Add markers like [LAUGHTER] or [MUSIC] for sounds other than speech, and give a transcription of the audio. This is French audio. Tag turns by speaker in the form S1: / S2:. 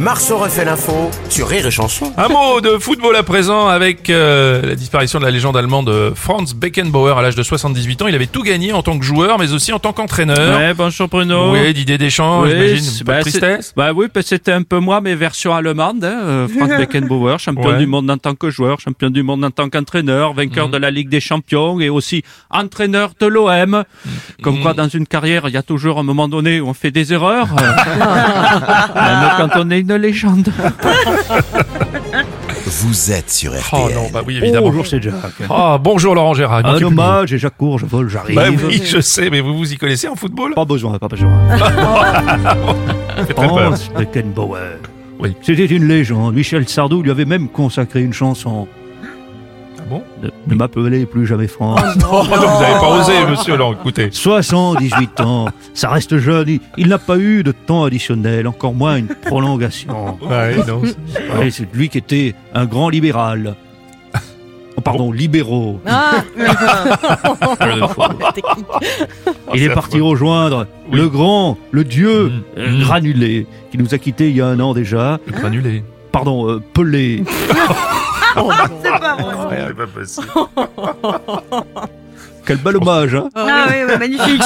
S1: Marceau refait l'info sur Rire et Chanson.
S2: Un mot de football à présent avec euh, la disparition de la légende allemande euh, Franz Beckenbauer à l'âge de 78 ans. Il avait tout gagné en tant que joueur, mais aussi en tant qu'entraîneur.
S3: Ouais, bonjour Bruno.
S2: Oui, Didier Deschamps,
S3: Oui,
S2: j'imagine.
S3: c'est-
S2: Pas de
S3: bah, c'est-
S2: tristesse.
S3: Bah oui, parce que c'était un peu moi, mais version allemande. Hein.
S2: [LAUGHS]
S3: euh, Franz Beckenbauer, champion
S2: Ouais. Mhm.
S3: du monde en tant que joueur, champion du monde en tant qu'entraîneur, vainqueur de la Ligue des Champions et aussi entraîneur de l'OM. Comme
S2: Mhm.
S3: quoi, dans une carrière, il y a toujours un moment donné où on fait
S2: [LAUGHS]
S3: des erreurs. euh, même quand on est une légende.
S4: Vous êtes sur RTL.
S2: Oh non, bah oui, évidemment.
S3: c'est Jacques.
S2: Ah, bonjour Laurent Gérard.
S3: Un
S2: M'occupe-
S3: hommage, et Jacques cours, je vole, j'arrive.
S2: Bah oui, je sais, mais vous vous y connaissez en football
S3: Pas besoin, pas [LAUGHS] besoin.
S2: Faites pas peur.
S3: Hans Beckenbauer.
S2: Oui.
S3: C'était une légende. Michel Sardou lui avait même consacré une chanson.
S2: Ah bon
S3: Ne, ne m'appelez plus jamais France.
S2: Oh, non, vous n'avez pas osé, monsieur Laurent, écoutez.
S3: 78 ans, ça reste jeune. Il, il n'a pas eu de temps additionnel, encore moins une prolongation.
S2: Ouais, non, c'est-
S3: Ouais, c'est lui qui était un grand libéral. Oh, pardon, libéraux. [LAUGHS] il est
S2: c'est
S3: parti
S2: affreux.
S3: rejoindre
S2: Oui.
S3: le grand, le dieu
S2: Mm.
S3: euh,
S2: Mm.
S3: granulé, qui nous a quittés il y a un an déjà.
S2: le granulé.
S3: Pardon, euh, Pelé.
S2: Ouais, c'est pas possible.
S3: Quel bel hommage, hein
S5: Ah oui, oui, magnifique.